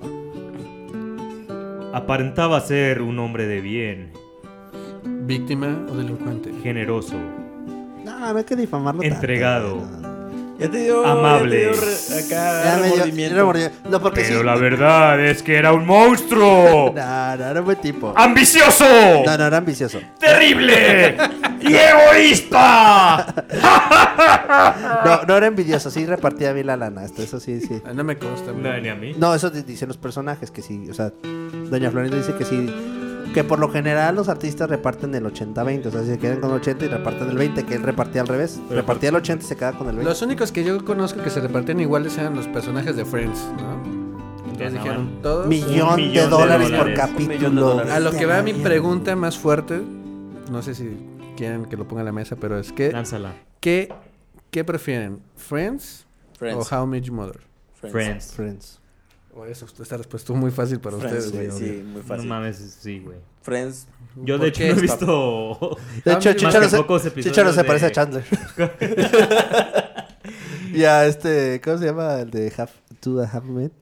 Aparentaba ser un hombre de bien. Víctima o delincuente. Generoso, No, no hay que difamarlo tanto. entregado, Ya te dio. amable. ya te dio re- acá Ya me dio- remordimiento. era remordimiento. No, porque Pero sí. la verdad es que era un monstruo. No, no, era un buen tipo. ¡Ambicioso! No, no, era ambicioso. ¡Terrible! ¡Y egoísta! No, no era envidioso, sí repartía bien la lana. Esto, eso sí, sí. Ah, No me consta. No, ni a mí. No, eso di- dicen los personajes que sí. O sea, Doña Florinda dice que sí. Que por lo general los artistas reparten el 80-20. O sea, se quedan con el 80 y reparten el 20, que él repartía al revés. repartía el 80 y se queda con el 20. pues, Los únicos que yo conozco que se repartían iguales eran los personajes de Friends, ¿no? Entonces Ganaban dijeron todos. Millón un de dólares por capítulo. Un millón de dólares. A lo que va mi Ganaban. pregunta más fuerte, no sé si quieren que lo ponga en la mesa, pero es que. Lánzala. ¿Qué, qué prefieren? ¿Friends, Friends. o How Much Mother? Friends. Friends. O eso, esta respuesta es muy fácil para Friends, ustedes, güey, güey. sí, obvio. muy fácil. No mames, sí, güey. Friends. Yo ¿Por de hecho qué no he es, visto. De hecho, más que Chicharo se, pocos episodios Chicharo se de- parece a Chandler. y a este, ¿cómo se llama? El de Half, Two and a Half Men.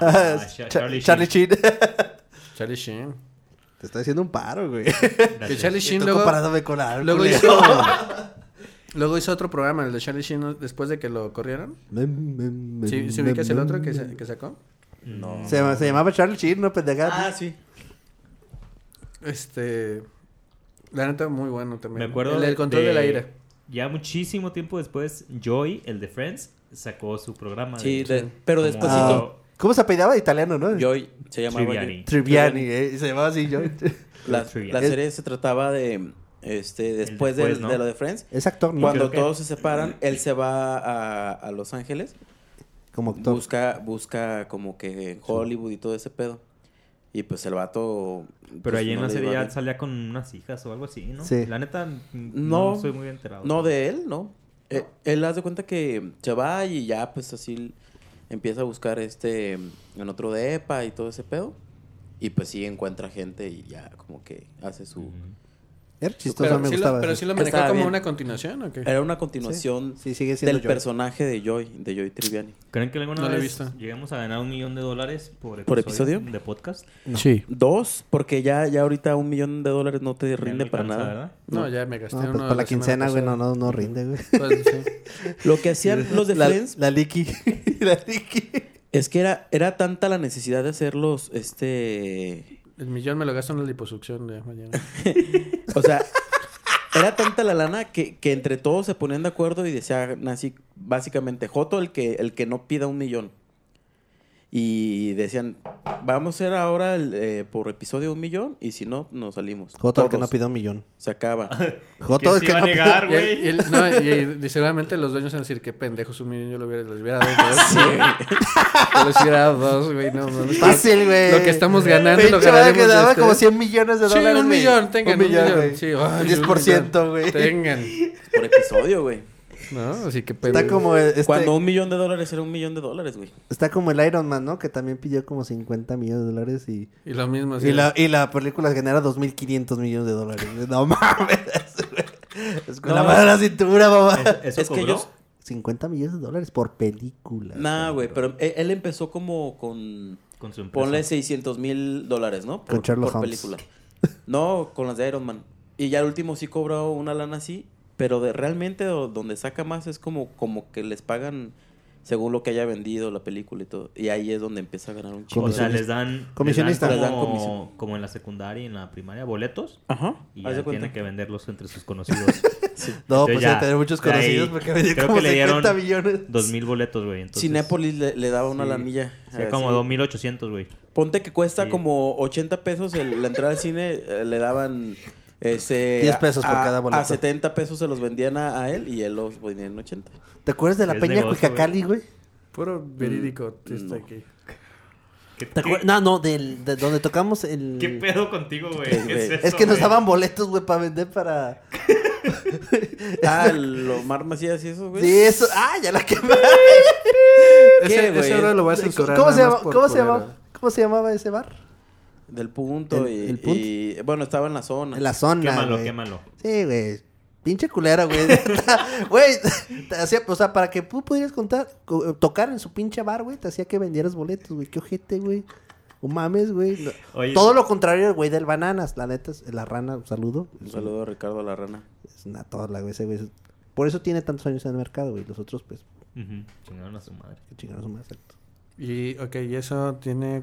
Ah, Cha- Cha- Charlie Charlie Sheen. Te Charlie Sheen. está haciendo un paro, güey. Que Charlie Sheen Estoy luego, comparándome con algo, luego culero. hizo luego hizo otro programa, el de Charlie Sheen ¿no? después de que lo corrieron. ¿Sí, ¿sí ubicas el otro que, sa- que sacó? No. Se, llama- se llamaba Charlie Sheen, no pendejada. Ah, sí. Este la neta muy bueno también. Me acuerdo. el, del control de... la ira. Ya muchísimo tiempo después, Joy, el de Friends, sacó su programa. Sí, de- pero como- despacito. ¿Cómo se apellidaba? Italiano, ¿no? Joy se llamaba Triviani. Triviani, eh, se llamaba así Joy. La, Trivial. la serie se trataba de este después, del- después, ¿no? de lo de Friends. Es actor, ¿no? Cuando Creo que- todos se separan, él se va a, a Los Ángeles, Como actor. busca busca como que Hollywood y todo ese pedo. Y pues el vato Pero pues, ahí en no la le serie iba ya bien. salía con unas hijas o algo así, ¿no? Sí. La neta, n- no, No, soy muy enterado. No de él, no. Eh, él hace cuenta que se va y ya pues así empieza a buscar este en otro de EPA y todo ese pedo. Y pues sí encuentra gente y ya como que hace su Era chistoso, Pero me sí lo- gustaba. pero ese. sí lo manejó Estaba como bien. una continuación o qué? Era una continuación Sí, sigue siendo del Joy. personaje de Joy, de Joy Triviani. ¿Creen que alguna No lo he vez visto. llegamos a ganar un millón de dólares por episodio, ¿Por episodio? de podcast? Sí. Dos, porque ya, ya ahorita un millón de dólares no te rinde para alcanza, nada. ¿verdad? No, ya me gasté No, pues uno por la semana quincena, güey, no, pasada. no, no rinde, güey. Pues, sí. Lo que hacían los de la, Friends La Liki. la Liki. es que era, era tanta la necesidad de hacerlos, este... El millón me lo gasto en la liposucción de mañana. O sea, era tanta la lana que, que entre todos se ponían de acuerdo y decían así, básicamente, Joto el que, el que no pida un millón. Y decían, vamos a hacer ahora el, eh, por episodio un millón y si no, nos salimos. Joto, el que no Todos. pidió un millón. Se acaba. Joto, el se que iba a no pidió. negar, Y, él- güey? y él- no, y- y- y seguramente los dueños van a decir, qué pendejos, un millón yo lo hubiera, les hubiera dado dos. Yo les hubiera dado dos, güey, no mames. Fácil, güey. Lo que estamos ganando lo Pinche madre ganaremos que daba ustedes. como 100 millones de Sí, dólares. un güey. millón, tengan Un millón, güey. Sí, ay, Un un 10%, millón. güey. Tengan. Por episodio, güey. ¿No? Así que Está pendejos. como, este- Cuando un millón de dólares era un millón de dólares, güey. está como el Iron Man, ¿no? Que también pidió como 50 millones de dólares y... Y lo mismo así. Y la, y la película genera 2.500 millones de dólares. No mames. güey. Es con la No, mano a la es- cintura, mamá. ¿Es- ¿Eso Es que cobró? ellos- 50 millones de dólares por película. Nah, güey, pero e- él empezó como con. Con su empresa. Ponle 600 mil dólares, ¿no? Con Sherlock Holmes. película. No, con las de Iron Man. Y ya el último sí cobró una lana así, pero de realmente do- donde saca más es como, como que les pagan según lo que haya vendido la película y todo. Y ahí es donde empieza a ganar un chico. O sea, les dan, Comisionista. les dan Les dan comisión. como, como en la secundaria y en la primaria boletos Ajá. y Haz de ya cuenta. tienen que venderlos entre sus conocidos. No, Entonces pues ya, ya, tener muchos de ahí, conocidos porque vendió creo como que le 50 dieron millones. 2000 boletos, güey. Entonces, Cinépolis le, le daba una Sí. lanilla. sí, como así. 2800, güey. Ponte que cuesta Sí. como 80 pesos el- la entrada al cine, eh, le daban ese, 10 pesos por a- cada boleto. A 70 pesos se los vendían a, a él y él los ponía en 80. ¿Te acuerdas de la Es Peña negocio, Cuicacali, güey? Puro Mm, verídico. está aquí. ¿Te acuerdas? No, no, del, de donde tocamos el... ¿Qué pedo contigo, güey? Eh, ¿Qué güey. es, Es eso, que nos güey? daban boletos, güey, para vender para... Ah, el Omar Macías y eso, güey. Sí, eso... Ah, ya la quemé. Ese, güey? ese ahora lo voy a censurar. ¿Cómo nada se más llama? por ¿Cómo se culero. llama? ¿Cómo se llamaba ese bar? Del punto El- y, el punto. y- bueno, estaba en la zona. En la zona. güey. quémalo. Sí, güey. Pinche culera, güey. Güey, te hacía, o sea, para que tú pudieras contar, co- tocar en su pinche bar, güey, te hacía que vendieras boletos, güey. Qué ojete, güey. No mames, güey. No- Oye. Todo lo contrario, del güey, del bananas. La neta, es- la rana, un saludo. Un saludo a Ricardo La Rana. Es una torla, güey, ese güey. es- Por eso tiene tantos años en el mercado, güey. Los otros, pues, Ujú, Chingaron a su madre. que chingaron su madre. Y, ok, y eso tiene...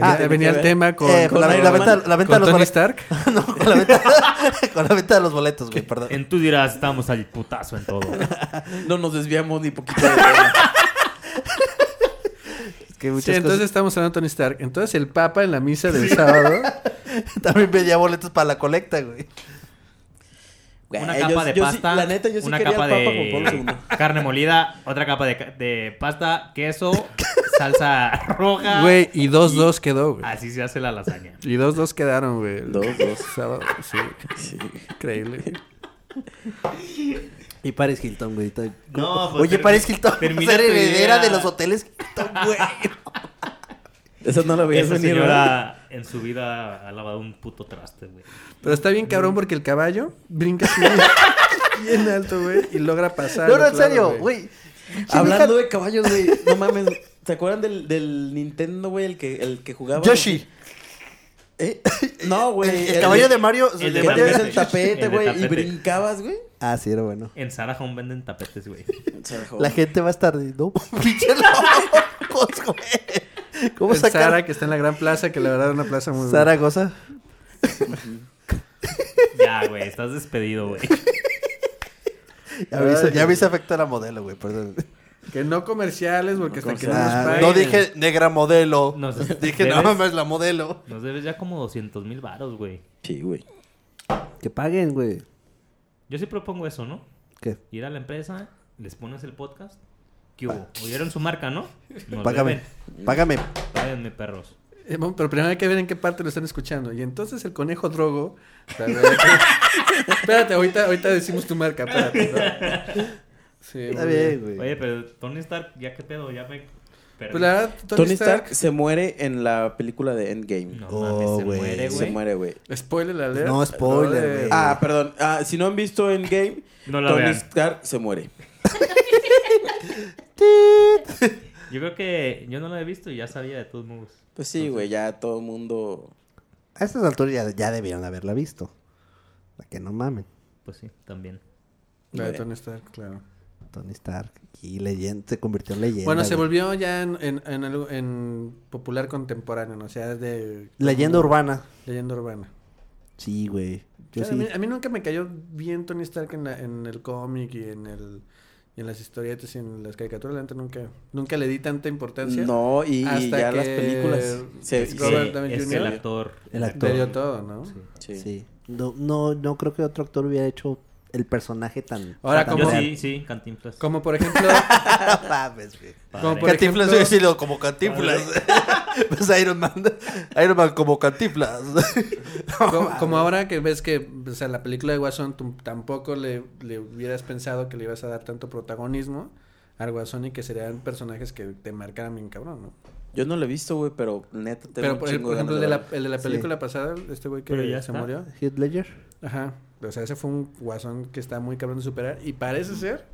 Ah, venía venía que el ver. tema con... Eh, con la, Iron la Man, venta, la venta con de los Tony boletos. Stark. no, con la venta, con la venta de los boletos, güey, perdón. En tú dirás, estamos al putazo en todo. No nos desviamos ni poquito de la- Es que muchas Sí, entonces cosas- estamos hablando de Tony Stark. Entonces el Papa en la misa del sábado... También vendía boletos para la colecta, güey. Güey, Una yo- capa de yo sí- pasta. la neta, yo sí una quería capa al Papa de como Pablo II. carne molida, otra capa de, ca- de pasta, queso, salsa roja. Güey, y 2-2 quedó, Ah. güey. Así se hace la lasaña. Y 2-2 quedaron, güey. el 2-2. sábado, sí. Increíble. Y Paris Hilton, güey. está- No, pues, Oye, termi- Paris Hilton, termina ser tu heredera idea. de los hoteles Hilton, güey. Esa no la veías Esa venir, ¿verdad? señora en su vida ha lavado un puto traste, güey. Pero está bien Mm. cabrón porque el caballo brinca así bien alto, güey, y logra pasar. No, no, en claro, serio, güey. Pinche Hablando vieja- de caballos, güey. No mames. ¿Se acuerdan del, del Nintendo, güey? El que, el que jugaba. Yoshi. ¿Eh? No, güey. El- el caballo de Mario- El el de de Mario es tapete. el tapete, El de güey. Y tapete. brincabas, güey. Ah, sí, era bueno. En Zara aún venden tapetes, güey. La gente va a estar de, no, pinche locos, güey. ¿Cómo el sacar Sara, que está en la gran plaza, que la verdad es una plaza muy buena. Zaragoza? Ya, güey, estás despedido, güey. Ya me hizo, Ay. ya me hizo afecto a la modelo, güey, perdón. Que no comerciales, porque hasta que no nos Ah, paguen. no dije negra modelo. Nos- dije, no debes- mames, la modelo. Nos debes ya como 200 mil varos, güey. Sí, güey. Que paguen, güey. Yo sí propongo eso, ¿no? ¿Qué? Ir a la empresa, les pones el podcast. ¿Qué hubo? Oyeron su marca, ¿no? Nos Págame, deben. págame. Páganme, perros. Eh, bueno, pero primero hay que ver en qué parte lo están escuchando. Y entonces el conejo drogo. la verdad que- espérate, ahorita, ahorita decimos tu marca, espérate. ¿no? Sí, Está muy bien, güey. Oye, pero Tony Stark, ya qué pedo, ya me. perdí. Pues la verdad, Tony, Tony Stark. Stark se muere en la película de Endgame. No Oh, mames, se muere, güey. güey. Se muere, güey. Spoiler la ley. No, spoiler, güey. Ah, perdón. Ah, si no han visto Endgame, No la Tony vean. Stark se muere. Yo creo que yo no lo he visto y ya sabía de todos modos. Pues sí, güey. Ya todo el mundo. A estas alturas ya, ya debieron haberla visto. Para que no mamen. Pues sí, también. La de Tony Stark, claro. Tony Stark. Y leyenda, se convirtió en leyenda. Bueno, se güey. volvió ya en, en, en algo- en popular contemporáneo, ¿no? O sea, es de... Leyenda urbana. Leyenda urbana. Sí, güey. Yo O sea, a, sí. mí, a mí nunca me cayó bien Tony Stark en, la- en el cómic y en el y en las historietas y en las caricaturas. La neta nunca, nunca le di tanta importancia. No, y- y hasta ya las que películas. Se- es Robert Sí, Downey es que Jr. el actor. El actor. le dio todo, ¿no? Sí. Sí. No, no, no creo que otro actor hubiera hecho el personaje tan. Ahora, tan como- Yo real. sí, sí, Cantinflas. Como por ejemplo... No mames, güey. Padre. como por Cantinflas, ejemplo- yo sí lo- como Cantinflas. pues Iron Man. Iron Man como Cantinflas. Como, como ahora que ves que, o sea, la película de Guasón tú tampoco le, le hubieras pensado que le ibas a dar tanto protagonismo al Guasón y que serían personajes que te marcaran bien cabrón, ¿no? Yo no lo he visto, güey, pero neta tengo Pero un por, el- chingo por de ganas ejemplo, el de de la, verlo. el de la Sí. película pasada, este güey Pero que ya se está. murió. Heath Ledger. Ajá. O sea, ese fue un Guasón que está muy cabrón de superar y parece ser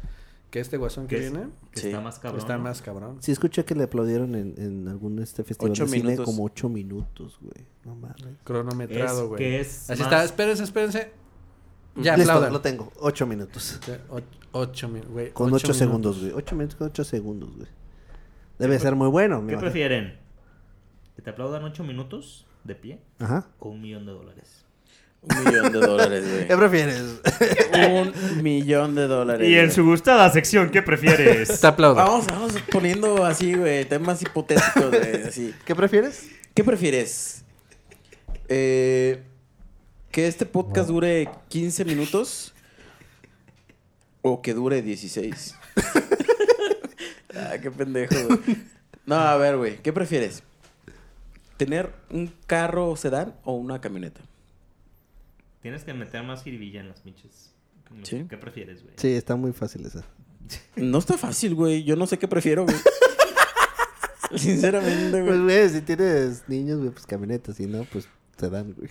que este Guasón que Que es- viene que Sí. está más cabrón. está ¿no? más cabrón. Sí, escuché que le aplaudieron en, en algún este festival Ocho de cine minutos. como ocho minutos, güey. No mames. Cronometrado, Es güey. que es Así más- está, espérense, espérense. Ya, Listo, aplaudan. lo tengo. Ocho minutos. Sí, och- Ocho, mil, güey. Con ocho, minutos. segundos, güey. Ocho minutos con ocho segundos, güey. Debe ser muy bueno, me ¿Qué imagino. prefieren? ¿Que te aplaudan 8 minutos de pie? Ajá. ¿O un millón de dólares? Un millón de dólares, ¿Qué prefieres? güey. un millón de dólares. güey. gustada sección, ¿qué prefieres? Te aplaudo. Vamos, vamos poniendo así, güey, temas hipotéticos, güey, así. ¿Qué prefieres? ¿Qué prefieres? Eh, ¿Que este podcast dure 15 minutos o que dure 16? ah, qué pendejo, güey. No, a ver, güey, ¿qué prefieres? ¿Tener un carro sedán o una camioneta? Tienes que meter más jiribilla en las pinches. Sí. ¿Qué prefieres, güey? Sí, está muy fácil esa. No está fácil, güey. Yo no sé qué prefiero, güey. Sinceramente, güey. Pues, güey, si tienes niños, güey, pues camionetas. Si no, pues te dan, güey.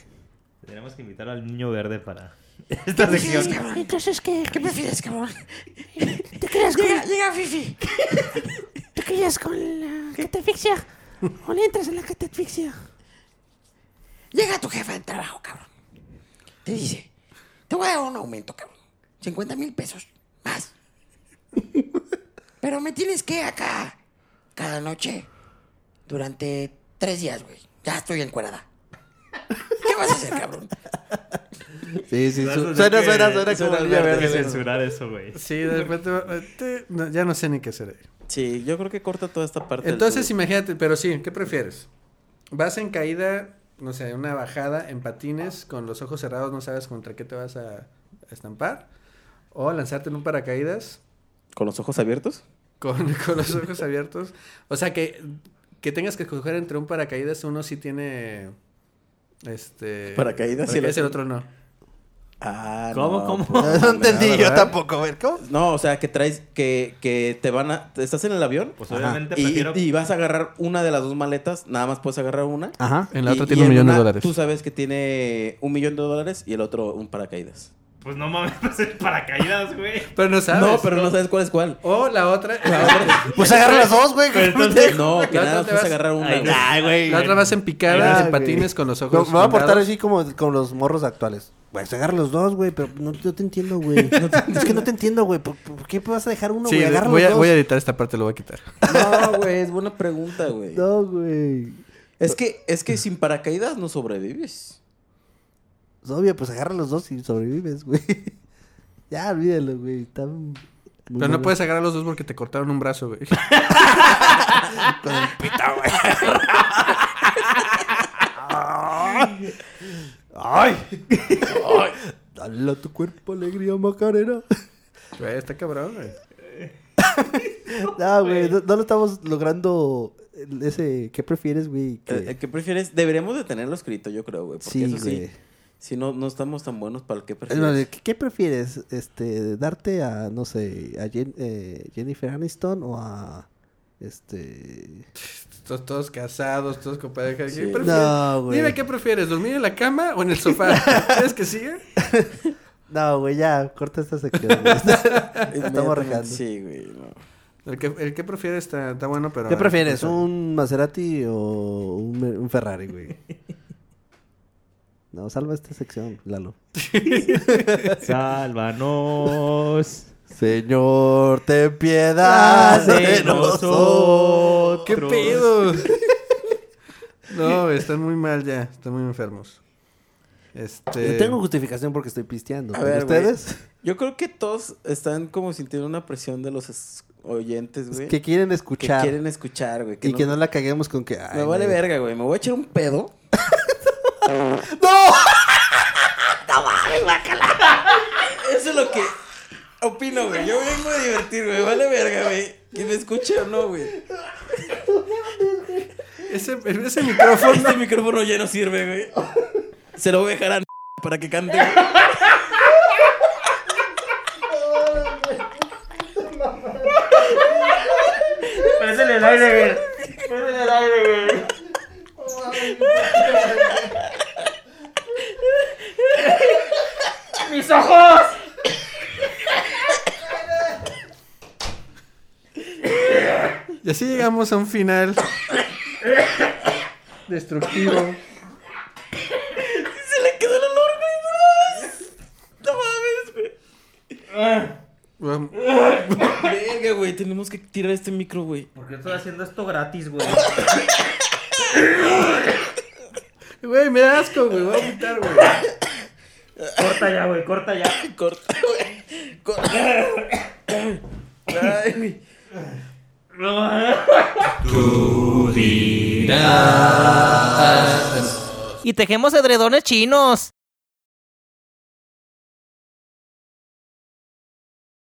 Tenemos que invitar al niño verde para ¿Qué esta prefieres, sección. cabrón? Entonces, ¿qué, ¿qué prefieres, cabrón? ¿Te quedas con... Llega, llega Fifi. ¿Te quedas con la catafixia? ¿O le entras en la catafixia? Llega tu jefa del trabajo, cabrón. Te dice, te voy a dar un aumento, cabrón. 50 mil pesos más. Pero me tienes que acá cada noche durante tres días, güey. Ya estoy encuerada. ¿Qué vas a hacer, cabrón? Sí, sí, Vas a su- hacer suena, que- suena, suena, como el día Alberto, verde. censurar eso, güey. Sí, de repente. va- te- no, ya no sé ni qué será. Sí, yo creo que corta toda esta parte. del Entonces, tubo. imagínate, pero sí, ¿qué prefieres? Vas en caída, no sé, una bajada en patines, con los ojos cerrados, no sabes contra qué te vas a estampar. O lanzarte en un paracaídas ¿Con los ojos abiertos? con, con los ojos abiertos. O sea, que, que tengas que escoger entre un paracaídas, uno sí tiene. Este. Paracaídas y el paracaídas y el otro- otro no. Ah, ¿Cómo, no, cómo? pues, No entendí mames, yo ¿verdad? tampoco, a ver, ¿cómo? No, o sea, que traes, que, que te van a, te- estás en el avión. Pues, obviamente, y, prefiero- y vas a agarrar una de las dos maletas, nada más puedes agarrar una. Ajá. En la Y- otra y tiene un en millón de una dólares. Tú sabes que tiene un millón de dólares y el otro un paracaídas. Pues no mames, pues es paracaídas, güey. Pero no sabes. No, pero no sabes cuál es cuál. O la otra. Pues agarra las dos, güey. Pero entonces- No, que La nada, pues, otra te puedes vas- agarrar una, Ay, güey. nah, güey. La otra vas en picada, Ay, en güey. patines con los No, ojos. Me voy a portar vendados. así como con los morros actuales. Güey, se agarra los dos, güey, pero no, no te entiendo, güey. es que no te entiendo, güey. ¿Por, por qué vas a dejar uno, Sí, güey? Agarra voy, los a, dos. voy a editar esta parte, lo voy a quitar. No, güey, es buena pregunta, güey. No, güey. Es que, es que sin paracaídas no sobrevives. Es obvio, pues agarra los dos y sobrevives, güey. ya, olvídalo, güey. Está muy Pero no bueno. puedes agarrar los dos porque te cortaron un brazo, güey. Con el pita, güey. ¡Ay! ¡Ay! Dale a tu cuerpo alegría, Macarena. Güey, está cabrón, güey. No, güey, no, no lo estamos logrando el- ese... ¿Qué prefieres, güey? Que- El, el que Eh, prefieres, deberíamos de tenerlo escrito, yo creo, güey. Porque Sí, eso güey. sí. Si no, no estamos tan buenos para el que Es más, prefieres. ¿qué, qué prefieres? Este, ¿Darte a, no sé, a Jen- eh, Jennifer Aniston o a... Este... Todos, todos casados, todos con pareja. ¿Qué Sí. prefieres? No, güey. Dime qué prefieres, dormir en la cama o en el sofá. ¿Quieres que siga? No, güey, ya, corta esta sección. güey. estamos Inmediatamente, rejando. Sí, güey. no. El que, el que prefieres está, está bueno, pero. ¿Qué prefieres? Un... ¿Un Maserati o un, un Ferrari, güey? No, salva esta sección, Lalo. Sálvanos. Señor, ten piedad de De nosotros. nosotros. ¿Qué pedo? no, güey, están muy mal ya. Están muy enfermos. Este. Yo tengo justificación porque estoy pisteando. A ¿Pero ver, güey, ¿Ustedes? yo creo que todos están como sintiendo una presión de los es- oyentes, güey. Que quieren escuchar. Que quieren escuchar, güey. y que no la caguemos con que... ay, Me vale güey. verga, güey. Me voy a echar un pedo. Eso es lo que opino, güey. Yo vengo a divertirme. Me vale verga, güey. Que me escuche o no, güey. Ese, ese micrófono. Este micrófono ya no sirve, güey. Se lo voy a dejar a para que cante. Parece en el aire, güey. Parece en el aire, güey. ¡Mis ojos! Y así llegamos a un final. Destructivo. Se le quedó el olor, güey. No mames, güey. Bueno, Verga, güey. Tenemos que tirar este micro, güey. ¿Por qué estoy haciendo esto gratis, güey? Güey, me da asco, güey. Voy a vomitar, güey. Corta ya, güey, corta ya. Corta, güey. Corta. Ay, güey. Tú dirás. Y tejemos edredones chinos.